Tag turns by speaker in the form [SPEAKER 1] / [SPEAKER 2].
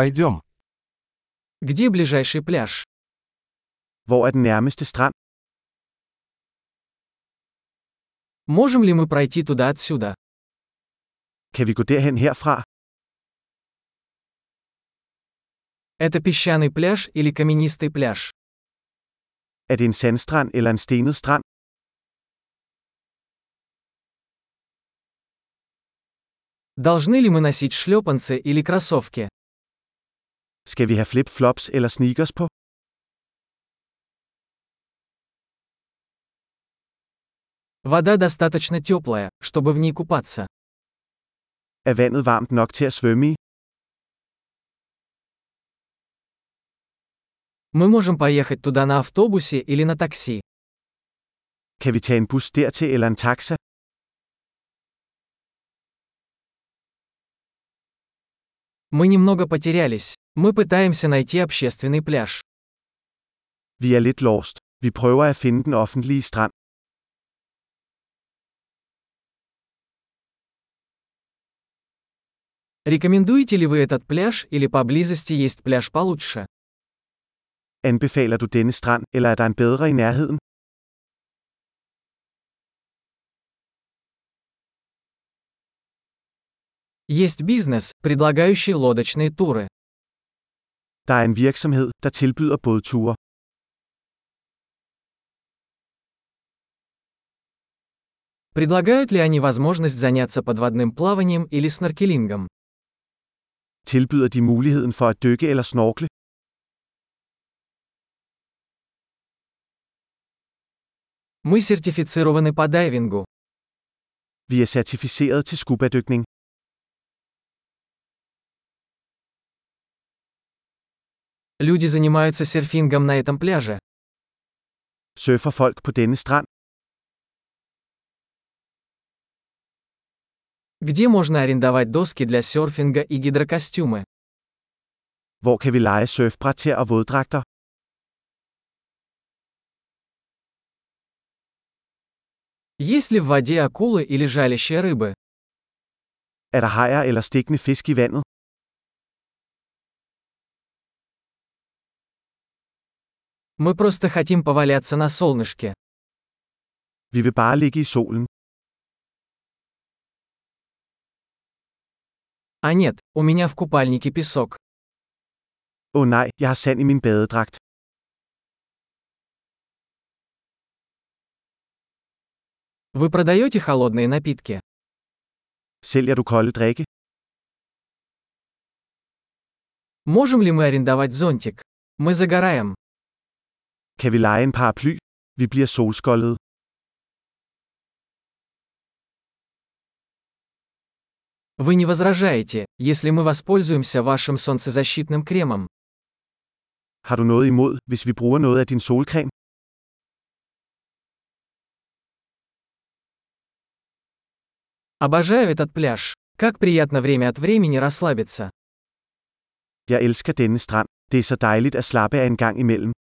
[SPEAKER 1] Пойдем.
[SPEAKER 2] Где ближайший пляж?
[SPEAKER 3] Hvor er den nærmeste strand?
[SPEAKER 2] Можем ли мы пройти туда отсюда?
[SPEAKER 3] Kan vi gå derhen herfra?
[SPEAKER 2] Это песчаный пляж или каменистый пляж?
[SPEAKER 3] Er det en sandstrand eller en stenet strand?
[SPEAKER 2] Должны ли мы носить шлепанцы или кроссовки?
[SPEAKER 3] Skal vi have flip-flops eller sneakers på?
[SPEAKER 2] Вода достаточно теплая, чтобы в ней купаться.
[SPEAKER 3] Er vandet varmt nok til at svømme i?
[SPEAKER 2] Мы можем поехать туда на автобусе или на такси.
[SPEAKER 3] Kan vi tage en bus dertil eller en taxa?
[SPEAKER 2] Мы немного потерялись. Мы пытаемся найти общественный пляж.
[SPEAKER 3] Vi er lidt lost. Vi prøver at finde den offentlige strand.
[SPEAKER 2] Рекомендуете ли вы этот пляж или поблизости есть пляж получше?
[SPEAKER 3] Anbefaler du denne strand, eller er der en bedre i nærheden?
[SPEAKER 2] Есть бизнес, предлагающий лодочные туры.
[SPEAKER 3] Der er en virksomhed, der tilbyder både ture.
[SPEAKER 2] Предлагают ли они возможность заняться подводным плаванием или сноркелингом?
[SPEAKER 3] Tilbyder de muligheden for at dykke eller snorkle?
[SPEAKER 2] Мы сертифицированы по дайвингу.
[SPEAKER 3] Vi er certificeret til skubadykning.
[SPEAKER 2] Люди занимаются серфингом на этом пляже.
[SPEAKER 3] Surfer folk på denne strand?
[SPEAKER 2] Где можно арендовать доски для серфинга и гидрокостюмы?
[SPEAKER 3] Hvor kan vi lege surfbræt til og våddragter?
[SPEAKER 2] Есть ли в воде акулы или жалящие рыбы?
[SPEAKER 3] Er der hajer eller stikkende fisk i vandet?
[SPEAKER 2] Мы просто хотим поваляться на солнышке.
[SPEAKER 3] Vi vil bare ligge i solen.
[SPEAKER 2] А нет, у меня в купальнике песок.
[SPEAKER 3] Åh oh nej, jeg har sand i min badedragt.
[SPEAKER 2] Вы продаете холодные напитки?
[SPEAKER 3] Sælger du kolde drikke?
[SPEAKER 2] Можем ли мы арендовать зонтик? Мы загораем.
[SPEAKER 3] Kan vi lege en paraply? Vi bliver solskoldede.
[SPEAKER 2] Вы не возражаете, если мы воспользуемся вашим солнцезащитным кремом.
[SPEAKER 3] Har du noget imod, hvis vi bruger noget af din solcreme?
[SPEAKER 2] Обожаю этот пляж. Как приятно время от времени расслабиться.
[SPEAKER 3] Jeg elsker denne strand. Det er så dejligt at slappe af en gang imellem.